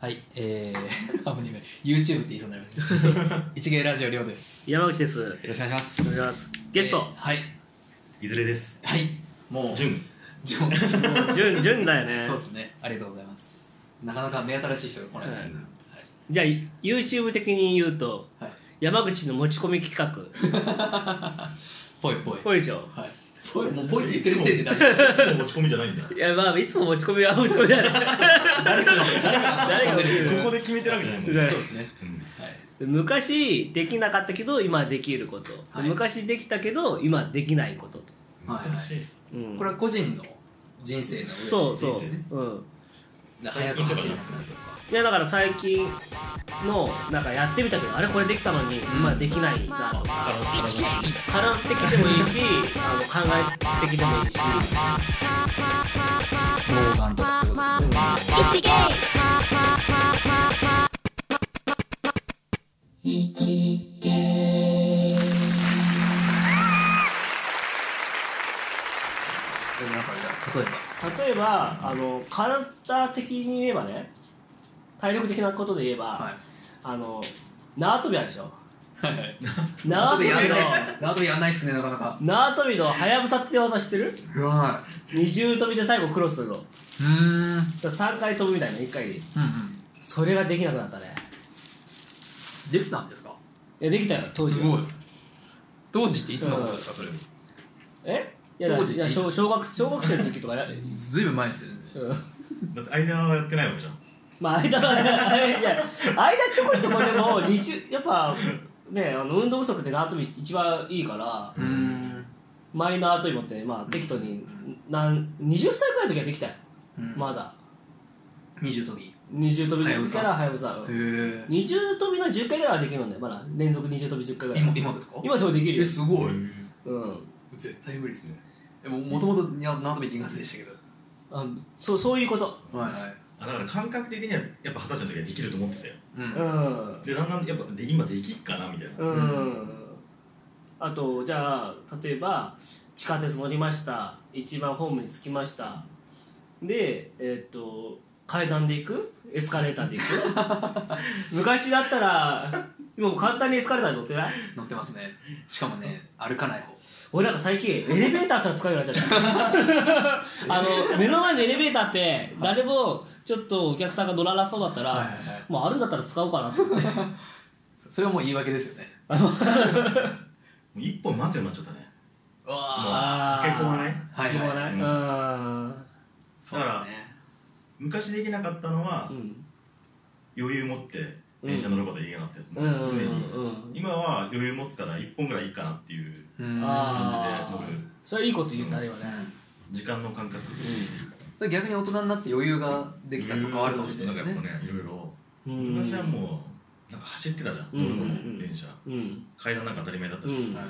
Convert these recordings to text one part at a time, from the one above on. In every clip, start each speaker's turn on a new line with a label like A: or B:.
A: はい、えー、 アニメ、YouTube って言いそうになりま したけど一芸ラジオ、りょうです。よ
B: 山口です。お願い
A: ろしくお願いします。
B: します。ゲス
A: え
B: ト
A: ー、はい、
C: いずれです。
A: はい、もう、
C: ジュン。
A: ジ ュン、ジュン
B: じゅんじゅんだよ ね。
A: そうですね、ありがとうございます。なかなか目新しい人が来ないですね。
B: じゃあ YouTube 的に言うと、
A: はい、
B: 山口の持ち込み企画。
A: ぽいぽい。
B: ぽいでしょ
A: はい。ぽい、もうぽいって言ってる時点で誰か
C: も持ち込みじゃないんだ。こ
B: いやまあいつも持ち込みは持ち込みだね。
A: 誰かが、誰かが持ち込んでる。
B: 誰が
C: こで決めてるわけじゃないもん
B: じゃな
C: ね
B: い。
A: そうですね。はい。
B: 昔できなかったけど今できること、
A: はい
B: 昔できたけど今できないことと。
A: はいはい
B: うん
A: これは個人の人生の上で
B: そうそう。
C: 人
B: うん。
A: 早く走らなくなるとか。
B: いやだから最近のなんかやってみたけどあれこれできたのに今できないなとか。体的でもいいし、あの考え的でもいいし。
A: 老眼とかそういうことですね。
D: 一芸
A: でもなんかじゃあ例えば。
B: 例えばあの体的に言えばね体力的なことで言えば、
A: はい
B: あの縄跳びあるでしょ
A: はいはい。
B: 縄跳びの
A: 縄跳びやんないっすね、なかなか。
B: 縄跳びのはやぶさって技知ってる
A: うわ
B: 二重跳びで最後クロスするのだか
A: うーん。うんうん。
B: ら3回跳ぶみたいな1回でそれができなくなったね
A: できたんですか
B: いやできたよ当時は。
A: 当時っていつのことですか、
B: うん
A: それ。
B: えいやだ
A: 当時
B: いや小小学小学生の時とかや、うん、
A: ずいぶん前ですよね。
C: だって間はやってないわけじゃん。
B: まあ間は いや間ちょこちょこでも二重やっぱねあの運動不足って縄跳び一番いいから
A: うーん。
B: マイナーというのって、まあ、適当になん20歳ぐらいの時はできたよ、
A: うん
B: まだ
A: 二重跳び。へ
B: 20跳びの時からはやぶさうん
A: え。
B: 20跳びの10回ぐらいはできるんだよまだ連続20跳び10回ぐらい
A: 今今ですか
B: 今でもできるよ
A: え、すごい。
B: うん、
A: 絶対無理ですね。でももともと縄跳び苦手でしたけ
B: あそうそういうこと
A: ど。はいはい。
C: あだから感覚的にはやっぱ二十歳の時はできると思ってたよ。
A: う。
B: うんん
C: で、だんだんやっぱで今できっかなみたいな。
B: うん、あとじゃあ例えば地下鉄乗りました一番ホームに着きましたでえーっと階段で行くエスカレーターで行 く昔だったら今もう簡単にエスカレーターに乗ってない
A: 乗ってますね。しかもね、歩かない方。
B: 俺なんか最近エレベーターすら使うようにな っちゃったあの目の前のエレベーターって誰もちょっとお客さんが乗らなそうだったら、
A: はいはいはい
B: もうあるんだったら使おうかなと思って
A: それはもう言い訳ですよね。
C: もう一本待つようになっちゃったね。
A: うわあ。
B: あー
C: 駆け込まない
A: はいはい
B: 駆け込まない、
C: うん
B: うん
A: そうですね。
C: 昔できなかったのは
B: うん
C: 余裕持って電車乗ることは言えなかったよ。
B: うん
C: 常に
B: うんうん。
C: 今は余裕持つから一本ぐらいいいかなっていう
A: うーん
B: ああ
C: 感じで乗る
B: それいいこと言ったね今ね、
C: 時間の感覚。
A: それ逆に大人になって余裕ができたとかはあるかもしれないですよ
C: ん
A: ね。
C: かやっぱいろいろ。
B: うん
C: 昔はもう、なんか走ってたじゃん、
B: う
C: ど
B: んうん
C: こ
B: う
C: も
B: ん
C: 電車。
B: うん
C: 階段なんか当たり前だった
B: う
C: じゃん。エ
B: ん
A: はい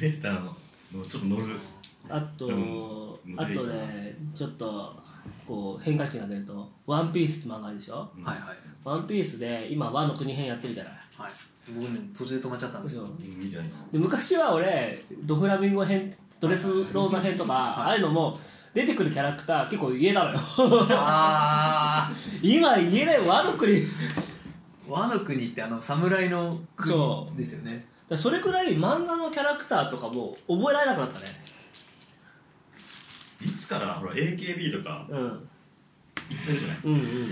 C: レベーターの、ちょっと乗る。
B: あと、
C: うん
B: あとねちょっとこう変化球が出ると「ワンピースって漫画あるでしょ
C: うん
A: はいはい。
B: 「ワンピースで今「ワンの国編」やってるじゃない
A: はい。僕ね、途中で止まっちゃったんです
B: そ
A: よ。
B: う
C: 見てないか
B: で昔は俺ドフラミンゴ編ドレスローザ編とかああいうのも出てくるキャラクター結構言えたのよ
A: あ
B: 今言えないワの国だか
A: あ、和の国ってあの侍の
B: そ
A: 国
B: う
A: ですよね。
B: らそれくらい漫画のキャラクターとかも覚えられなくなったね
C: いつからほら AKB とか
B: うん
C: 行ってるじゃない
B: うんうん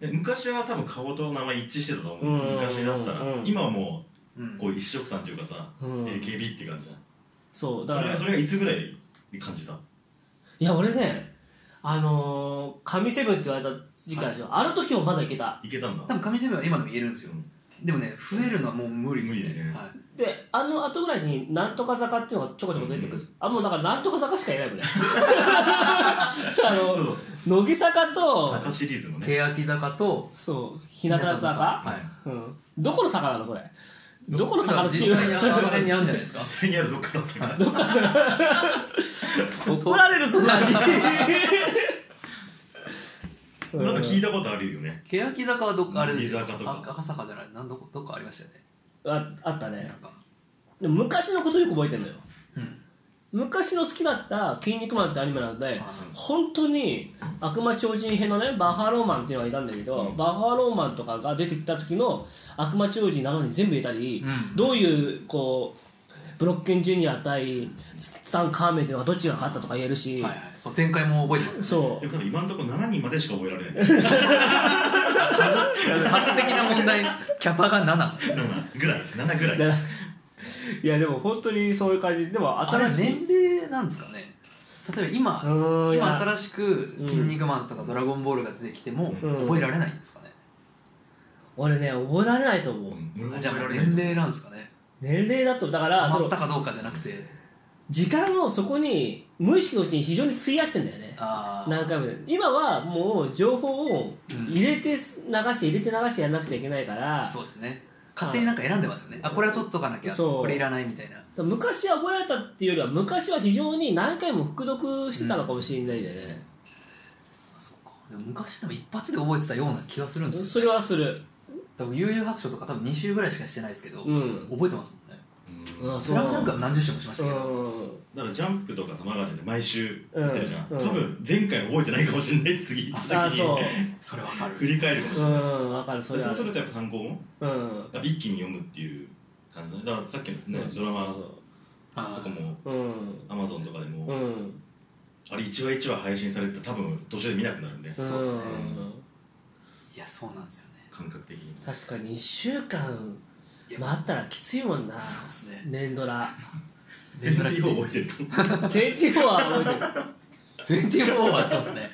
C: で昔は多分顔と名前一致してたと
B: うんうんうん
C: 思う昔だったら
B: うん
C: 今はも
A: う
C: うんこう一色たんっていうかさ
B: うん
C: AKB って感じじゃん
B: そうだ
C: そ
B: か
C: れ
B: ら
C: がそれがいつぐらいに感じた
B: いや俺ねあのー神セブンって言われた時期からでしょ、あの時もまだいけた
C: いけたん
A: 多
C: だ
A: 分上セブンは今でも言えるんですよ。でもね、増えるのはもう無理です
C: 無理だ
A: ね
C: ね。
A: はい
B: であの後ぐらいになんとか坂っていうのがちょこちょこ出てくる、あもうだからなんとか坂しかいないもんねあの
C: そう
B: 乃木坂と
C: 坂シリーズのね
A: 欅坂と
B: そう日向坂
A: はい。
B: うん、どこの坂なのそれどこの坂のチ
A: 実際にあの
B: ーム
A: 辺にあるんじゃないで
C: 実
A: す
C: 際にあるどっからさ
A: か。
B: 怒られるそんなに
C: なんか聞いたことあるよね
A: 欅坂はどっかあれですよ。
C: 欅坂とか
A: あ赤坂じゃない、なんどこどっかありましたよね。
B: ああったね
A: なんか。
B: でも昔のことよく覚えてるのよ
A: うん。
B: 昔の好きだった「筋肉マン」ってアニメなので、
A: い
B: 本当に悪魔超人編のねバッハローマンっていうのがいたんだけど、
C: うん
B: バッハローマンとかが出てきた時の悪魔超人なのに全部入れたり、
A: うん
B: どういうこうブロッケンジュニア対スタン・カーメンっていうのがどっちが勝ったとか言えるし、
A: はいはい、そう前回も覚えてますよね
B: そう
C: でも多分今のところ7人までしか覚えられない7
A: 数数的な問題キャパが7
C: ぐらい7ぐらい
B: だから いやでも本当にそういう感じでも
A: あれ
B: 新しい
A: 年齢なんですかね例えば今
B: うーんいや
A: 今新しく「
B: うん
A: 筋肉マン」とか「ドラゴンボール」が出てきても
C: うん
A: 覚えられないんですかね、
B: 俺ね覚えられないと思う、
C: うん俺も
A: あじゃあ
C: 覚えられない
A: 年齢なんですかね
B: 年齢だとだか
A: ハ
B: らそ
A: マっ
B: の
A: たかどうかじゃなくて
B: 時間をそこに無意識のうちに非常に費やしてんだよね
A: あ
B: 何
A: あ
B: 回もで今はもう情報を入れて流して入れて流してやらなくちゃいけないから
A: そうですね勝手になんか選んでますよねあこれは取っとかなきゃ
B: そう
A: これいらないみたいな
B: 昔は覚えられたっていうよりは昔は非常に何回も複読してたのかもしれないでね、
A: あそうかでも昔でも一発で覚えてたような気がするんですよ、ね、
B: それはする
A: 多分悠々白書とか多分2週ぐらいしかしてないですけど、
B: うん
A: 覚えてますもんね
C: うん
B: うん
A: スラムなんか何十週もしました
B: う
A: けど、
B: ん
C: だからジャンプとかさマガジンで毎週やってるじゃん、
B: うんうん
C: 多分前回覚えてないかもしれない次行った
B: あ
C: 時に
B: そう
A: それわかる
C: 振り返るかもし
B: う
C: れない、
B: んわかるそ
C: そう
B: れは
C: するとやっぱ参考も
B: うん
C: やっぱ一気に読むっていう感じだねだからさっきのねドラマ
A: あ
C: とか
A: ー
C: も
B: うん
C: アマゾンとかでも、
B: うん
C: あれ1話1話配信されて多分途中で見なくなるんで、
A: そうっすね
B: ん
A: いやそうなんですよね
C: 感覚的に
B: 確かに1週間
A: いや
B: 待ったらきついもんな
A: そうっすね
B: 年ドラ
A: 全然
C: を覚えてると
B: 24は覚えてる
A: 24はそうですね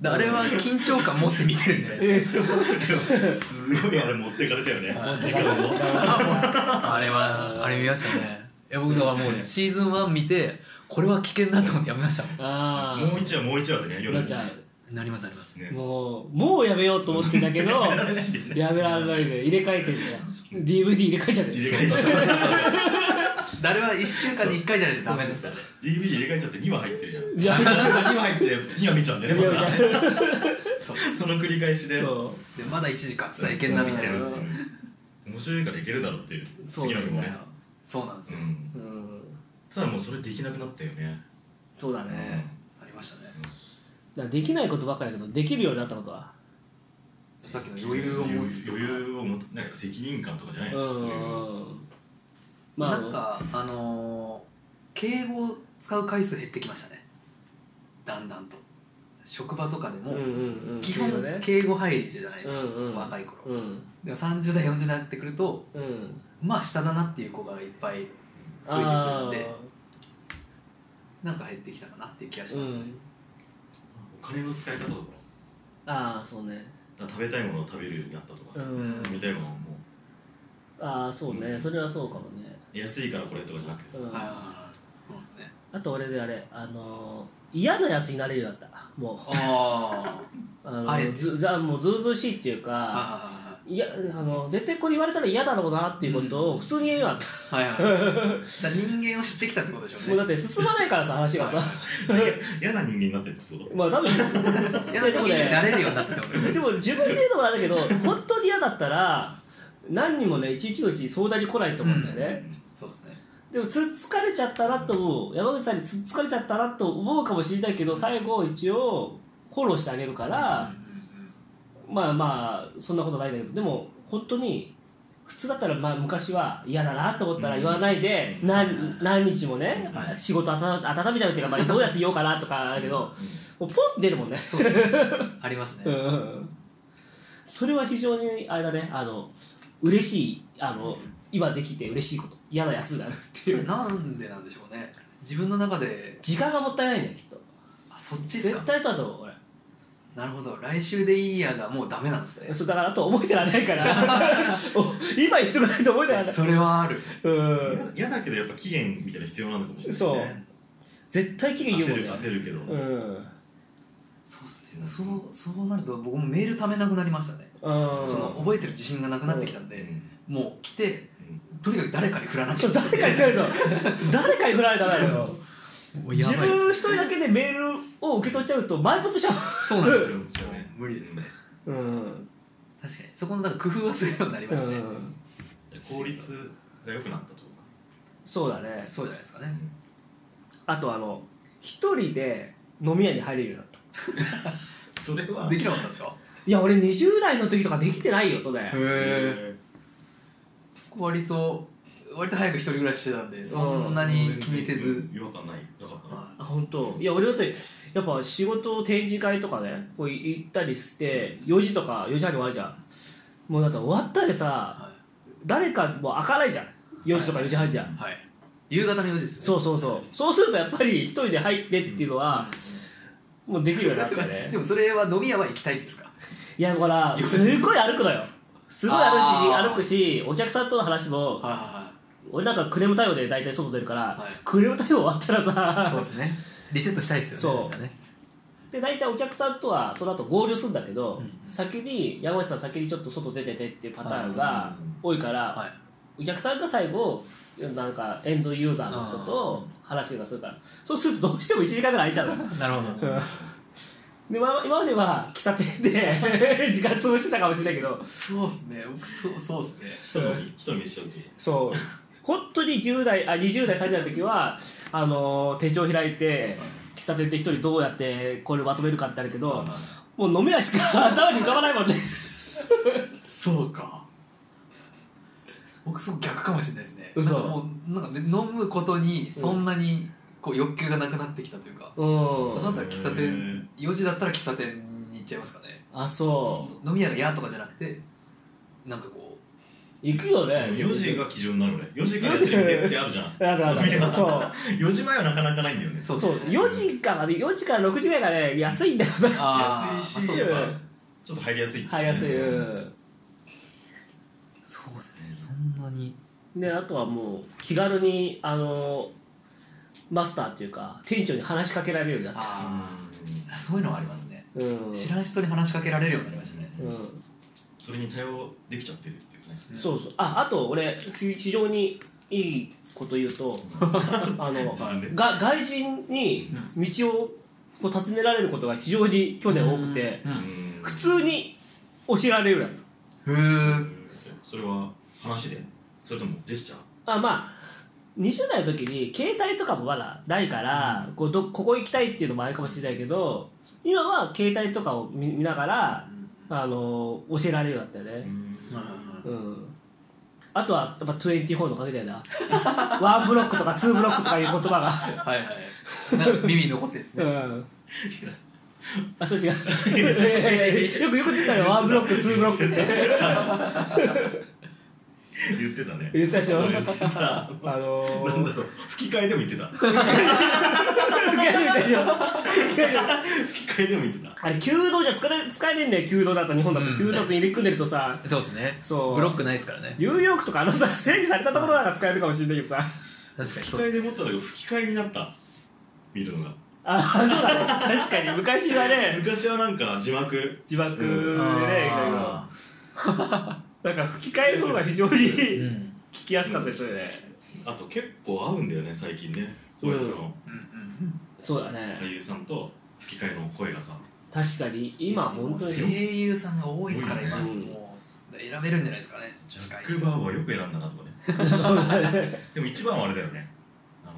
A: であれは緊張感持って見てるんじゃないですか
C: すごいあれ持ってかれたよね
A: はい
C: 時間を
A: あれはあれ見ましたねいや僕だからもうシーズン1見てこれは危険だと思ってやめましたも
B: ああ
C: もう1話もう1話でね夜
B: な
C: に
B: っちゃ
A: んなりますなります
C: ね
B: うもうもうやめようと思ってたけどやめられないで入れ替えてんだよ DVD 入れ替えちゃって
C: 入
B: る
C: れ替えちゃって
A: あれは1週間に1回じゃないとダメですよね
C: DVD 入れ替えちゃって2話入ってるじゃん
B: じゃあ
C: 2話入って2話見ちゃうんだよねまた
A: そう
C: その繰り返しで
B: そ
A: でまだ1時間伝えいけんなみ
C: い
A: た
C: け
A: いな
C: るっていう面白いからいけるだろうっていう
B: そう
C: 次の日もね
A: そうなんです
C: う
A: よ、
C: ん
B: う、うん、
C: ただもうそれできなくなったよね
B: そうだ
C: う
B: ね
A: ありましたね
B: だからできないことばっかりだけどできるようになったことは
A: さっきの余裕を持つとか
C: 余裕を持つなんか責任感とかじゃ
B: う
C: ないのそれが
B: んまあ
A: なんかあのー敬語を使う回数減ってきましたねだんだんと職場とかで
B: うん
A: も、
B: うんうん
A: 基
B: いいよ
A: 本
B: ね
A: 敬語入りじゃないで
B: う
A: すか、
B: んうん
A: 若い頃、
B: うん
A: でも30代40代になってくると
B: うん
A: まあ下だなっていう子がいっぱい増えてくる
B: あ
A: んで
B: あ
A: なんか減ってきたかなっていう気がし
B: う
A: ますね、
B: ん
C: お金の使い方とか
B: ああそうね
C: だから食べたいものを食べるようになったとかさ、
B: うん
C: 飲みたいものをも
B: ああそうねそれはそうかもね
C: う安いからこれとかじゃなくてさ、
B: うん
A: あーそうですね
B: あと俺であれあのー嫌なやつになれるようになったもう
A: あ
B: あの
A: あえて
B: ずざもうずうずうしいっていう
A: あ
B: か
A: はい
B: やあの絶対これ言われたら嫌だろうなっていうことを普通に言うようになった、
A: いはいはいはいだから人間を知ってきたってことでしょうね
B: もうだって進まないから さ話がさ
C: 嫌な人間になってるってこと
B: まあ多分
A: いやだって人間になれるようになってた
B: でも自分で言うのもあれだけど本当に嫌だったら何にもねいちいちのうち相談に来ないと思うんだよね、
A: そうですね
B: でもつっつかれちゃったなと思う山口さんにつっつかれちゃったなと思うかもしれないけど最後一応フォローしてあげるから、まあまあそんなことないんだけどでも本当に普通だったらまあ昔は嫌だなと思ったら言わないで、
C: うん
B: 何何日もね、
C: はい
B: 仕事温め温めちゃうっていうか、まあ、どうやって言おうかなとかだけど、もうポンって出るもんね。
A: ありますね、
B: うんうんうんそれは非常にあれだねあの嬉しいあの今できて嬉しいこと嫌なやつになるって
A: そ
B: いう
A: れなんでなんでしょうね自分の中で
B: 時間がもったいないんだよきっと
A: あそっちです
B: 絶
A: か
B: 対そうだと思う俺
A: なるほど来週でいいやがもうダメなんですね
B: そうだからあと覚えてられない からお今言っとかないと覚えてられない
A: それはある
B: う
C: 嫌だけどやっぱ期限みたいなの必要なのかも
B: ん
C: しれない、ね、
B: そう絶対期限言うもん
C: 焦る
B: ね
C: 焦るけど、
B: うん
A: そうですねそうそうなると僕もメールためなくなりましたね、
B: うん
A: その覚えてる自信がなくなってきたんで、もう来てとにかく誰かに振らなき
B: そ
A: ゃ
B: う誰かに振られ たの誰かに振られたらだよ
A: もうや
B: 自
A: ばい
B: 分一人だけでメールを受け取っちゃうと埋没しちゃう
A: そうなんですよ
C: うんそうね
A: 無理ですね
B: うん
A: 確かにそこのなんか工夫はするようになりましたね、
B: うん
C: 効率が良くなったとか、
B: そうだね
A: そうじゃないですかね、
B: あとあの一人で飲み屋に入れるようになった
C: それは
A: できなかったんですか
B: いや俺20代の時とかできてないよそれ
A: へえ割と割と早く一人暮らししてたんでそんなに気にせず
C: 違和感ないなかったね
A: は
B: あ本当いや俺だってやっぱ仕事展示会とかねこう行ったりして4時とか4時半に終わるじゃんもうだって終わったで
A: いは
B: さ誰かもう開かないじゃん4時とか4時半じゃん、
A: いはい夕方の4時ですよね
B: そうそうそうそうするとやっぱり一人で入ってっていうのは、もうできるようになったね
A: でもそれは飲み屋は行きたいんですか
B: いやほらすっごい歩くのよすごい
A: あー
B: 歩くし歩くしお客さんとの話も、
A: はいは
B: 俺なんかクレーム対応で大体外出るから、
A: はい
B: クレーム対応終わったら
A: いはい
B: さ
A: そうですねリセットしたいですよね
B: そう
A: なんかね
B: で大体お客さんとはその後合流するんだけど、
A: うん
B: 先に山内さん先にちょっと外出ててっていうパターンが多いから、
A: はい
B: お客さんが最後なんかエンドユーザーの人と話がするからそうするとどうしても1時間ぐらい空い ちゃうの
A: なるほど
B: でま今までは喫茶店で 時間潰してたかもしれないけど
A: そうですね僕そうそうですね
C: 一飲み一飲みしちゃうと
B: そう本当に10代あ20代30代の時はあのー手帳開いて喫茶店で一人どうやってこれをまとめるかってあるけどもう飲み屋しか頭に浮かばないもんね
A: そうか僕そう逆かもしれないですねな
B: 嘘
A: んかもうなんか、ね、飲むことにそんなにこう欲求がなくなってきたというか、
B: うん
A: あなたは喫茶
C: へ
A: 店
C: ー
A: 4時だったら喫茶店に行っちゃいますかね
B: あそ
A: 飲み屋が嫌とかじゃなくてなんかこ
B: う行くよね
C: 4時が基準なのね4時からやってる店ってあるじゃ ん
B: あるあるある
C: 飲み屋
B: そう
C: 4時前はなかなかないんだよね
A: う
B: そう
A: ですよね
B: 4時からね4時から6時ぐらいがね安いんだよな
A: あー
C: 安いし
A: そう
B: そう
C: まあちょっと入りやすい
B: 入りやすい
C: うん
B: うん
A: そうですねそんなに
B: であとはもう気軽にあのマスターっていうか店長に話しかけられるようになった
A: ああそういうのはありますね
B: うん
A: 知らん人に話しかけられるようになりましたね
B: うん
C: それに対応できちゃってるっていうね
B: そうそうああと俺ひ非常にいいこと言うと あ の
C: 自分で
B: が外人に道をこう尋ねられることが非常に去年多くて
A: うん
C: うん
B: 普通に教えられるようになっ
A: へえ
C: うんそれは話でそれともジェスチャー
B: たあまあ20代の時に携帯とかもまだないから、こうどここ行きたいっていうのもあるかもしれないけど今は携帯とかを見見ながら、あの教えられるようになったよね、うんあとはやっぱ24のおかげだよな ワンブロックとかツーブロックとかいう言葉
A: はいはいなんか耳に残ってるんです
B: が
A: ね
B: うんあそう違 ういやいやいやよくよく出たよワンブロックツーブロックって
C: 言ってたね
B: 言ってたでしょ
C: 言ってた
B: あのー
C: なんだろう吹き替えでも言ってた 吹き替えでも言ってた
B: あれ弓道じゃ使え使えねえんだよ弓道だと日本だと
A: うん
B: 弓道と入り組んでるとさ
A: そうですね
B: そう
A: ブロックないですからね
B: ニューヨークとかあのさ整備されたところなんか使えるかもしれないけどさ
A: 確かに
C: 吹き
A: そう
C: 替
A: で
C: え
A: す
C: で持ったんだけど吹き替えになった見るのが
B: あそうだね確かに昔はね
C: 昔はなんか字幕
B: 字幕でね
C: うん
B: いろいろ
A: あ
B: なんか吹き替えの方が非常に
A: ーうんう
B: 聞
A: ん
B: きやすかったですよね、
C: あと結構合うんだよね最近ね声の
A: うん
B: そうだね、
C: 俳優さんと吹き替えの声がさ
B: 確かに今本当
A: 声
B: に
A: 優さんが多いですから今
B: うん
A: もう選べるんじゃないですかね
C: ジャ
A: 近い
C: ック・
A: 人
C: バーバーよく選んだなとかね
B: そうだ ね
C: でも一番はあれだよねあの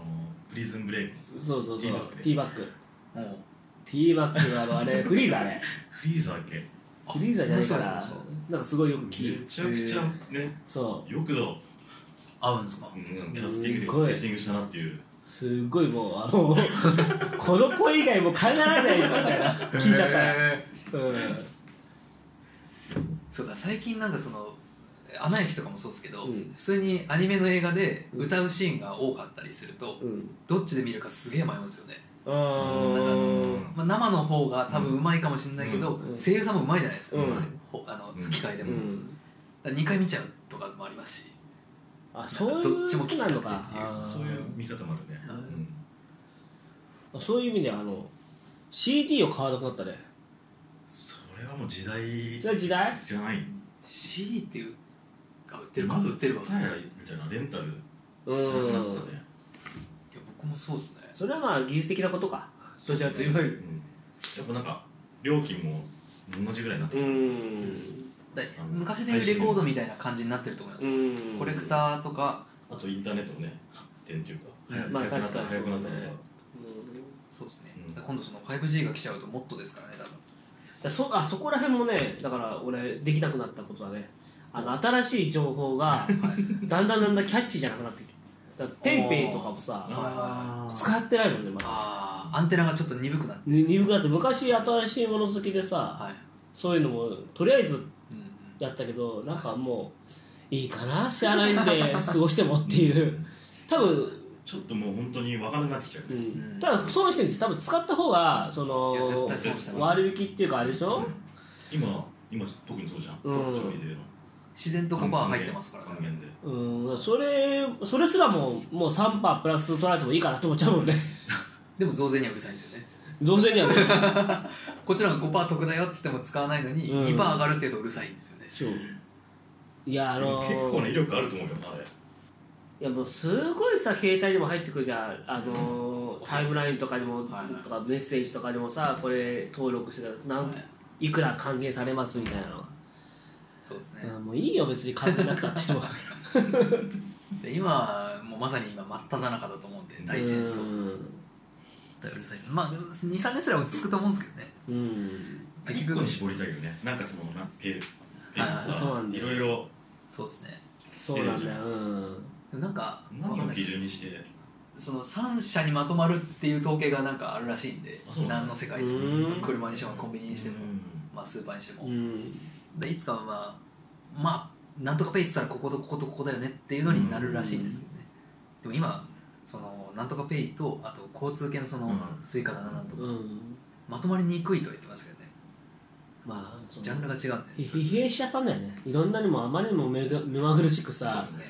C: プリズンブレイクのさ
B: そうそうそう
C: ティーバックね
B: ティーバック
A: もう
B: ティーバックがあのあ れフリーザーね
C: フリーザーだっけ
B: フリーザーじゃないから
A: そうそう
B: なんかすごいよく聞
C: め
B: く
C: ちゃくちゃね
B: そう
C: よくぞ
A: 合うんですか
C: うんキャスティ
B: す
C: ングでセ
B: ごい
C: ッティングしたなっていう
B: すごいもうあの この声以外もう考えられないみたいな聞いちゃったら、
A: へー
B: うん
A: そうだ最近なんかその「アナ雪」とかもそうですけど、
B: うん
A: 普通にアニメの映画で歌うシーンが多かったりすると、
B: うん
A: どっちで見るかすげえ迷うんですよね、
B: うーん
A: まあ、生の方が多分うまいかもしれないけど、
B: うんうん
A: 声優さんもうまいじゃないですか、
B: うん
A: ほあの
C: うん
A: 吹き替えで
B: う
A: も、
B: ん
A: 2回見ちゃうとかもありますし
B: あそういうことなの
A: なん
B: か
A: かどっちも聞きたくてっていう
B: あー
C: そういう見方もあるね、
A: はい
B: そういう意味であの CD を買わなくなったね
C: それはもう時代
B: それは時代
C: じゃない
A: CD っていうあ売ってるか
C: まず
A: 売ってるかい
C: ツタヤみたいなレンタル
B: う
C: なくなっ
B: ん
C: たね、
A: や僕もそうですね
B: それはまあ技術的なことか
A: そう
B: ど
A: で
B: ち
A: す
B: ら
A: ね
B: かというと
C: うんやっぱなんか料金も同じぐらいになって
B: う
C: きた、
B: ん
A: だ昔でいうレコードみたいな感じになってると思います、
B: うん
A: コレクターとか
C: あとインターネットのね発展というか、
B: うん
C: 早く
B: まあ
C: 早くなっ
B: 確か
C: た
B: に
C: 早くなったと
B: そうだ
C: か
B: ね
A: そうですね、
C: うん
A: 今度その 5G が来ちゃうともっとですからね多分
B: だそあそこら辺もねだから俺できなくなったことだねあの新しい情 報が だんだんだんだんキャッチーじゃなくなってきてだからペイペイとかもさ
A: あー
B: 使ってないもんねまだ
A: あーアンテナがちょっと鈍くなって
B: に鈍くなって昔新しいもの好きでさ、
A: はい、
B: そういうのもとりあえず
A: うんうん
B: やったけどなんかもういいかな知らないで過ごしてもっていう多分
C: ちょっともう本当に分からなくなってきちゃう
B: う
C: ね、
B: ん、多分損してるんです多分使った方がそ
A: いや
B: の
A: 絶対損してます
B: 割引っていうかあれでしょ、
C: 今今特にそうじゃん、
B: うん
C: 消費税の
A: 自然とここは入ってますから
C: 還
A: ね
C: 元で
B: うん、それそれすらももう3パープラス取られてもいいかなって思っちゃうもんね
A: でも増税にはうるさいんですよね
B: 増税にはね
A: こっちらが5%得だよっつっても使わないのに
B: うん
A: 2%上がるっていうとうるさいんですよね、
B: そういやあの
C: 結構な威力あると思うよなあれ
B: いやもうすごいさ携帯にも入ってくるじゃんあのータイムラインとかにも、
A: はいはい
B: とかメッセージとかにもさこれ登録してからなん、
A: はい
B: い、くら還元されますみたいなのが、
A: そうですね、
B: うんもういいよ別に関係なくたって人は
A: で今もうまさに今真っ只中だと思うんで 大戦
B: う
A: 争
B: ん
A: だからうるさいですまあ23年すら落ち着くと思うんですけどね
B: うん
A: 結
C: 一
A: 局
C: 個に絞りたいよねなんかそのなペイペイも
A: あー
B: そうなん
C: さ
B: だ
C: い
B: よ
C: ろいろ
A: そうですね
B: そうなんだよ、うん、
A: でもなんかわか
C: 何
A: ん
C: を
A: ない
C: 基
A: です
C: 準にして
A: その3社にまとまるっていう統計がなんかあるらしいんで
C: あそうなんだ
A: 何の世界で
B: うーん
A: も車にしてもコンビニにしても
C: うん
A: まあスーパーにしても
B: うん
A: でいつかはまあまあなんとかペイっつったらこことこことここだよねっていうのになるらしいんですよねでも今そのなんとかペイとあと交通系のその
C: うん
A: スイカだなんとか
B: うん、
A: まとまりにくいとは言ってますけどね
B: まあその
A: ジャンルが違うんで
B: 疲弊しちゃったんだよねいろんなにもあまりにも目が目まぐるしく
A: そう
B: さ
A: ですね。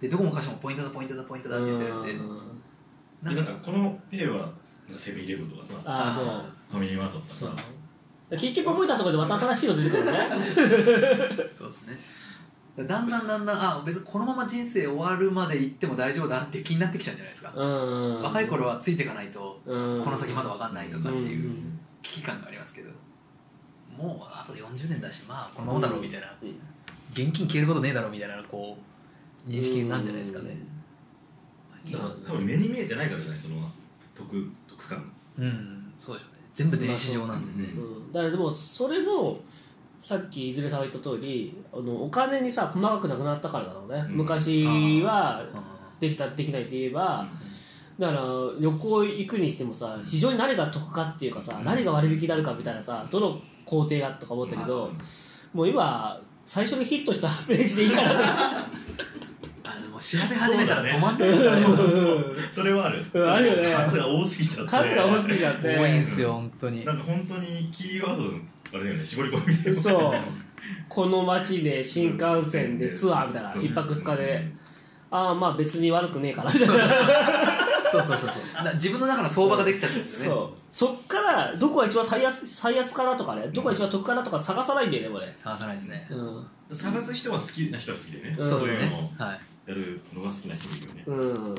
A: で、どこもかしこもポイントだ、ポイントだ、ポイントだって言ってるんで、
B: うん
C: で なんかこのペイはなんかセブンイレブンとかさフ
B: あ
A: あ
B: あ
C: ァミリーマートとか
B: そう
C: さ
B: そう結局覚えたところでまた新しいの出てく るね
A: そうですね。だんだんだんだん、あ別にこのまま人生終わるまで行っても大丈夫だなっていう気になってきちゃうんじゃないですか。
B: うん
A: 若い頃はついていかないと、
B: こ
A: この
B: の
A: 先まだ分かんないとかって
B: う
A: いうん危機感がありますけど、もうあと40年だし、まあこのままだろうみたいな、現金消えることねえだろうみたいな、こう、認識なんじゃないですかね。
C: だから多分目に見えてないからじゃないその得得感
A: うん、そうでしょうね。全部電子上なんでね
B: う。んだからでもそれもさっきいずれさんが言った通りあのお金にさ細かくなくなったからだろうね、
C: うん
B: 昔は
A: うん
B: できたできないって言えば、
C: うん
B: だから旅行行くにしてもさ非常に何が得かっていうかさ、何が割引になるかみたいなさどの工程がとか思ったけど、もう今最初にヒットしたページでいいからね
A: あのもう調べ始めたら止まんない ですからね
B: うん
C: それはある
B: うんあるよね
C: 数が多すぎちゃって
B: 数が多すぎちゃっ
A: 多
B: て
A: いんですよ、本当に
C: な。んか本当にキーワードのあれだよね絞り込みみたいな
B: そうこの街で新幹線でツアーみたいな
C: そう
B: 一泊二日
C: う
B: で
C: ん
B: ああまあ別に悪くねえかなみたいな
A: そうそうそうそう。な自分の中の相場ができちゃってるんですよね。
B: そうそっからどこが一番最安最安かなとかねどこが一番得かなとか探さないんだよね俺
A: 探さないですね。
B: うん
C: 探す人は好きな人は好きでね、
B: うん
C: そう
A: で
C: い
A: す
C: うのを
A: ね。はい。
C: やるのが好きな人もいるよね、
B: うん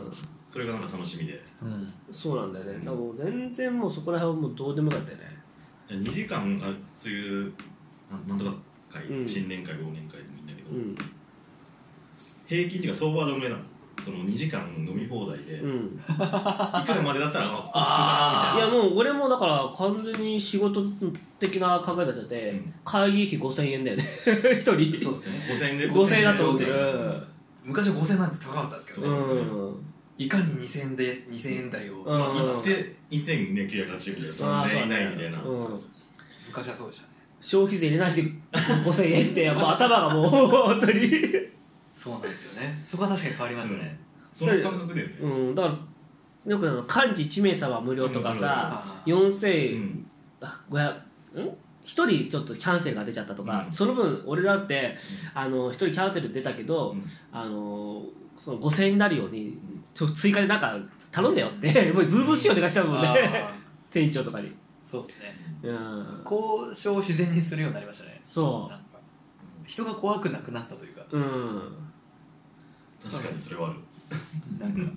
C: それがなんか楽しみで
A: うん。
B: そうなんだよねだからもう全然もうそこら辺はもうどうでもよかったよね
C: じゃあ2時間あそういうなんなんとか会、
B: うん
C: 新年会忘年会でもいいんだけど、
B: うん
C: 平均っていうか相場はどのぐらいなのその2時間飲み放題で、
B: う
C: い
B: ん
C: くらまでだったらあ
A: あ
B: いや
C: あ
B: もう俺もだから完全に仕事的な考えになっちゃって、
C: うん
B: 会議費5000円だよね 一人
A: そうですね。
C: 普通だみたいな
B: 5000円だと思って
C: 5000円
B: る
A: 昔は5000なんて高かったですけ
B: う
A: ど、ね
B: ん、
A: いかに2000円で2000円台を、
B: うん
C: 行って2980みたいな
B: あー
C: 3000円以内みたいな、
B: そうだねうん
C: そうそうそ
A: 昔はそうでしたね。
B: 消費税入れ ないで5000円ってもう頭がもう本当に、
A: そうなんですよね。そこは確かに変わりましたね。
C: うその感覚だよね、
B: うん、だからよくあの漢字1名様無料とかさ、
A: うん
C: う
B: 4500
C: ん
B: ん一人ちょっとキャンセルが出ちゃったとか、
C: うん
B: その分俺だってあの一人キャンセル出たけど、
C: うん
B: あのその5000円になるようにちょ追加でなんか頼んだよって もうずうずうしいお願いしたもんね
A: あ
B: 店長とかに、
A: そうですね。
B: うん、
A: 交渉を自然にするようになりましたね。
B: そ
A: なんか人が怖くなくなったというか、
B: ううん
C: 確かにそれはある
A: なんか、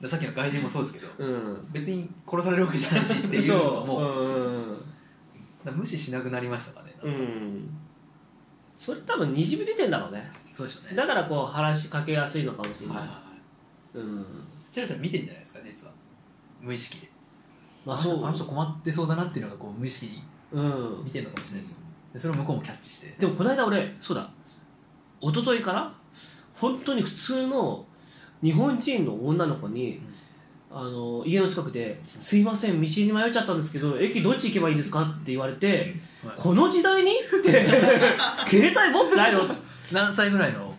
A: でさっきの外人もそうですけど、
B: うん
A: 別に殺されるわけじゃないしっていうのが
B: そ
A: もう、
B: う
A: だから
B: うん
A: 無視しなくなりましたかね。
B: うんうんそれ多分にじみ出てんだろうね
A: そうでしょうね。
B: だからこう話しかけやすいのかもしれ
A: はい
B: な
A: はい
B: い、
A: はい
B: うん、
A: チラちゃん見てんじゃないですか実は無意識で
B: まあ
A: あの人
B: そう
A: あの人困ってそうだなっていうのがこう無意識に
B: うん
A: 見てるのかもしれないですよでそれを向こうもキャッチして
B: でもこの間俺そうだ一昨日から本当に普通の日本人の女の子に、あの家の近くで「すいません道に迷っちゃったんですけど駅どっち行けばいいですか?」って言われて「
A: はい
B: この時代に?」って 携帯持ってないの
A: 何歳ぐらいの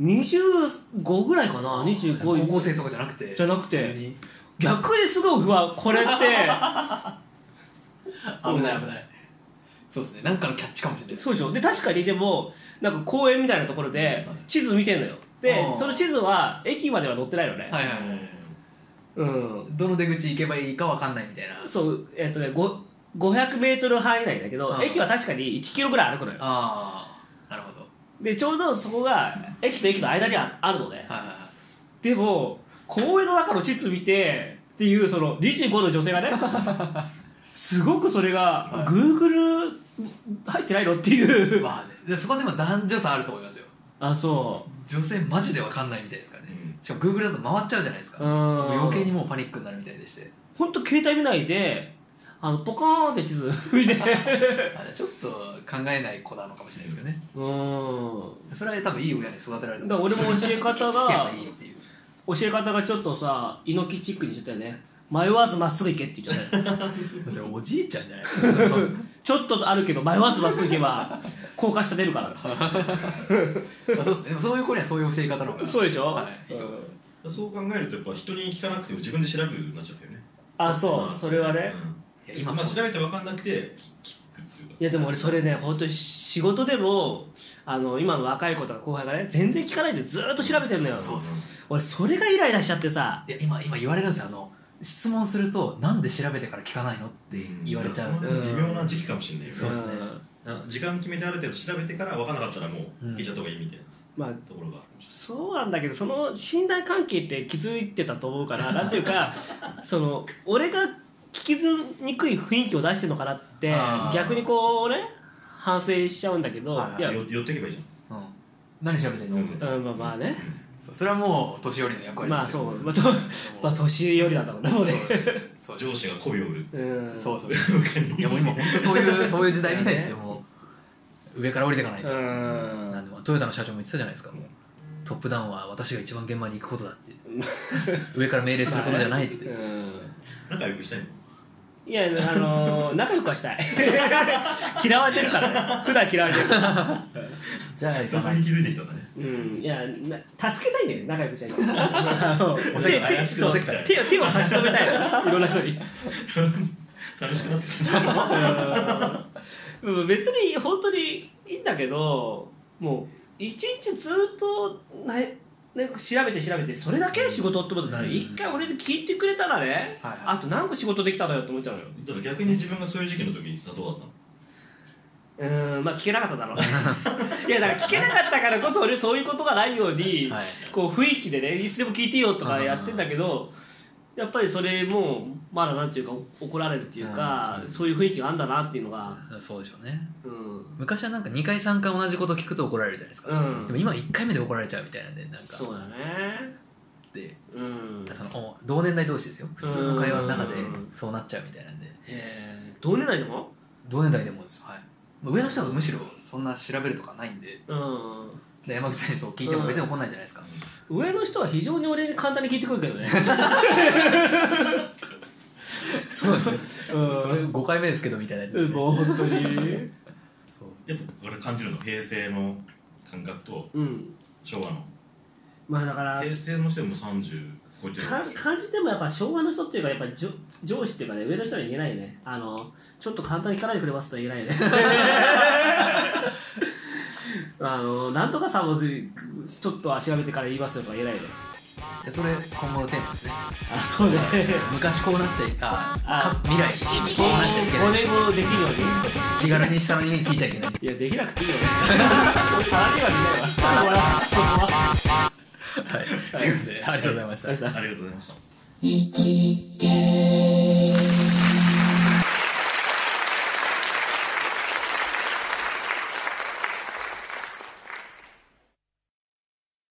B: 25ぐらいかな25
A: 高校生とかじゃなくて
B: じゃなくて
A: 普通に
B: 逆にすごいうわこれって
A: 危ない危ないそうですねなんかのキャッチかもしれないです
B: そうでしょで確かにでもなんか公園みたいなところで地図見てんのよで
A: あー
B: その地図は駅までは載ってないのね、
A: はいはいはい
C: い
B: うん
A: どの出口行けばいいかわかんないみたいな
B: そうえっとね5 500メートル範囲内だけど
A: あー
B: 駅は確かに1キロぐらい歩くのよ
A: ああなるほど
B: でちょうどそこが駅と駅の間にはあるのね
A: はいはいはい
B: でも公園の中の地図見てっていうその25の女 性がねすごくそれが
A: はい
B: Google 入ってないのっていう、
A: まあねでそこはでも男女差あると思いますよ
B: あそ
A: 女性マジでわかんないみたいですからね、
C: うん
A: しかも Google だと回っちゃうじゃないですか
B: ううん
A: 余計にもうパニックになるみたいでして
B: う本当携帯見ないであのポカーンって地図 見て
A: あちょっと考えない子なのかもしれないですけどね
B: うん
A: それは多分いい親に育てられた
B: だから俺も教え方が
A: 聞け ばいいっていう
B: 教え方がちょっとさ猪木チックにしてたよね迷わずまっすぐ行けって言っちゃ ったよ
A: それおじいちゃんじゃないですか
B: ちょっとあるけど迷わずまっすぐ行けば高架下出 るからっつって
A: まあそうですねでもそういう子にはそういう教え方の方が
B: そうでしょ
A: はいいいと思います
C: そう考えるとやっぱ人に聞かなくても自分で調べるようになっちゃったよね
B: あそうそれはね、
A: いや
C: 今
A: 今そうです
C: 調べて分かんなくてき聞くっていうか
B: いやでも俺それね本当に仕事でもあの今の若い子とか後輩がね全然聞かないでずーっと調べてるのよ
C: そうそう
B: 俺それがイライラしちゃってさ
A: いや今今言われるんですよあの質問するとなんで調べてから聞かないのって言われちゃうんで
B: うん
A: うん
C: 微妙な時期かもしれないよ
A: そうですね
B: ん
C: あ時間決めてある程度調べてから分からなかったらも
A: う
C: う
A: ん
C: 聞いちゃった方がいいみたいな
B: まあ
C: ところがあるかもし
B: そうなんだけどその信頼関係って気づいてたと思 うからなんていうかその俺が聞きづにくい雰囲気を出してるのかなって
A: あー
B: 逆にこうね反省しちゃうんだけど、
A: はい
B: いや
C: れないよ寄ってけばいいじ
A: うん何調べてんの、
C: うん
B: うんまあまあね、
A: そうそれはもう年寄りの役割
B: ま
A: で
B: あ
A: す
B: そ
A: よ
B: う、まあ、とまあ年寄りだったもん ね
A: そう
B: 俺
A: そ
C: ゃ
A: うん
C: 上司が媚びを売る
B: うん
A: そうそう
C: 他に
A: いやもう今本当そういう そういう時代みたいですよもう上から降りていかないと、
B: うん
A: なんでもトヨタの社長も言ってたじゃないですかもうトップダウンは私が一番現場に行くことだって上から命令することじゃないって、
B: うん
C: 仲良くしたいの
B: いや、あのー、仲良くはしたい。 嫌われてるからね。普段嫌われてるから。
A: じゃあ行
C: そ
A: か
C: こ
A: ない
C: に気づいてきたんだね
B: うん、いや、な助けたいんだよね、仲良くしたいんだよ。あの
C: おせっかい怪しくなってきた
B: そう手を手を差し伸べたいのいろんな人に。
C: 寂しくなってきたんじ ゃない
B: うん別に本当にいいんだけど、もう一日ずっとな、ね、調べて調べて、それだけ仕事ってことだから、
A: うん
B: 一回俺に聞いてくれたらね、
A: はいはい
B: あと何個仕事できたのよって思っちゃうのよ。
C: だから逆に自分がそういう時期の時にさどうだったの
B: うーんまあ聞けなかっただろういやだから聞けなかったからこそ俺そういうことがないように、
A: はい
B: こう雰囲気でねいつでも聞いてよとかやってんだけどやっぱりそれもまだなんていうか怒られるっていうか、そういう雰囲気があんだなっていうのが
A: そうでしょうね
B: うん、
A: 昔はなんか2回3回同じこと聞くと怒られるじゃないですか、
B: うん
A: でも今1回目で怒られちゃうみたいなんでなんか
B: そうだね
A: で
B: うん
A: そのお同年代同士ですよ普通の会話の中で
B: うん
A: そうなっちゃうみたいなんで
B: えー、同年代でも
A: 同年代でもですよ、はい、上の人はむしろそんな調べるとかないんで
B: うん
A: で山口さんにそう聞いても別に怒んないじゃないですか、
B: 上の人は非常に俺に簡単に聞いてくるけど ね
A: そうなんですよ、
B: うん
A: それ5回目ですけどみたいなやつですね
B: もう本当に
A: そう
C: やっぱ俺感じるの平成の感覚と
B: うん
C: 昭和の
B: まあだから
C: 平成の人でも30超えてる
B: か感じてもやっぱ昭和の人っていうかやっぱ上上司っていうかね上の人には言えないよねあのちょっと簡単に聞かないでくれますとは言えない よねあのなんとかさんもちょっとは調べてから言いますよとは言えないよね
A: でそれ今後のテーマですね
B: あ そうね
A: 昔こうなっちゃいた
B: あ
A: 未来こうなっちゃいけ
B: 5
A: ない
B: 年後できるように
A: 身軽に下の人間に聞いちゃいけない
B: いやできなくていい よ俺サラリーマンにないわちょっと笑っそこは
A: はい、ということでありがとうございました
B: ありがとうございました
C: ありがとうございました
D: 生きて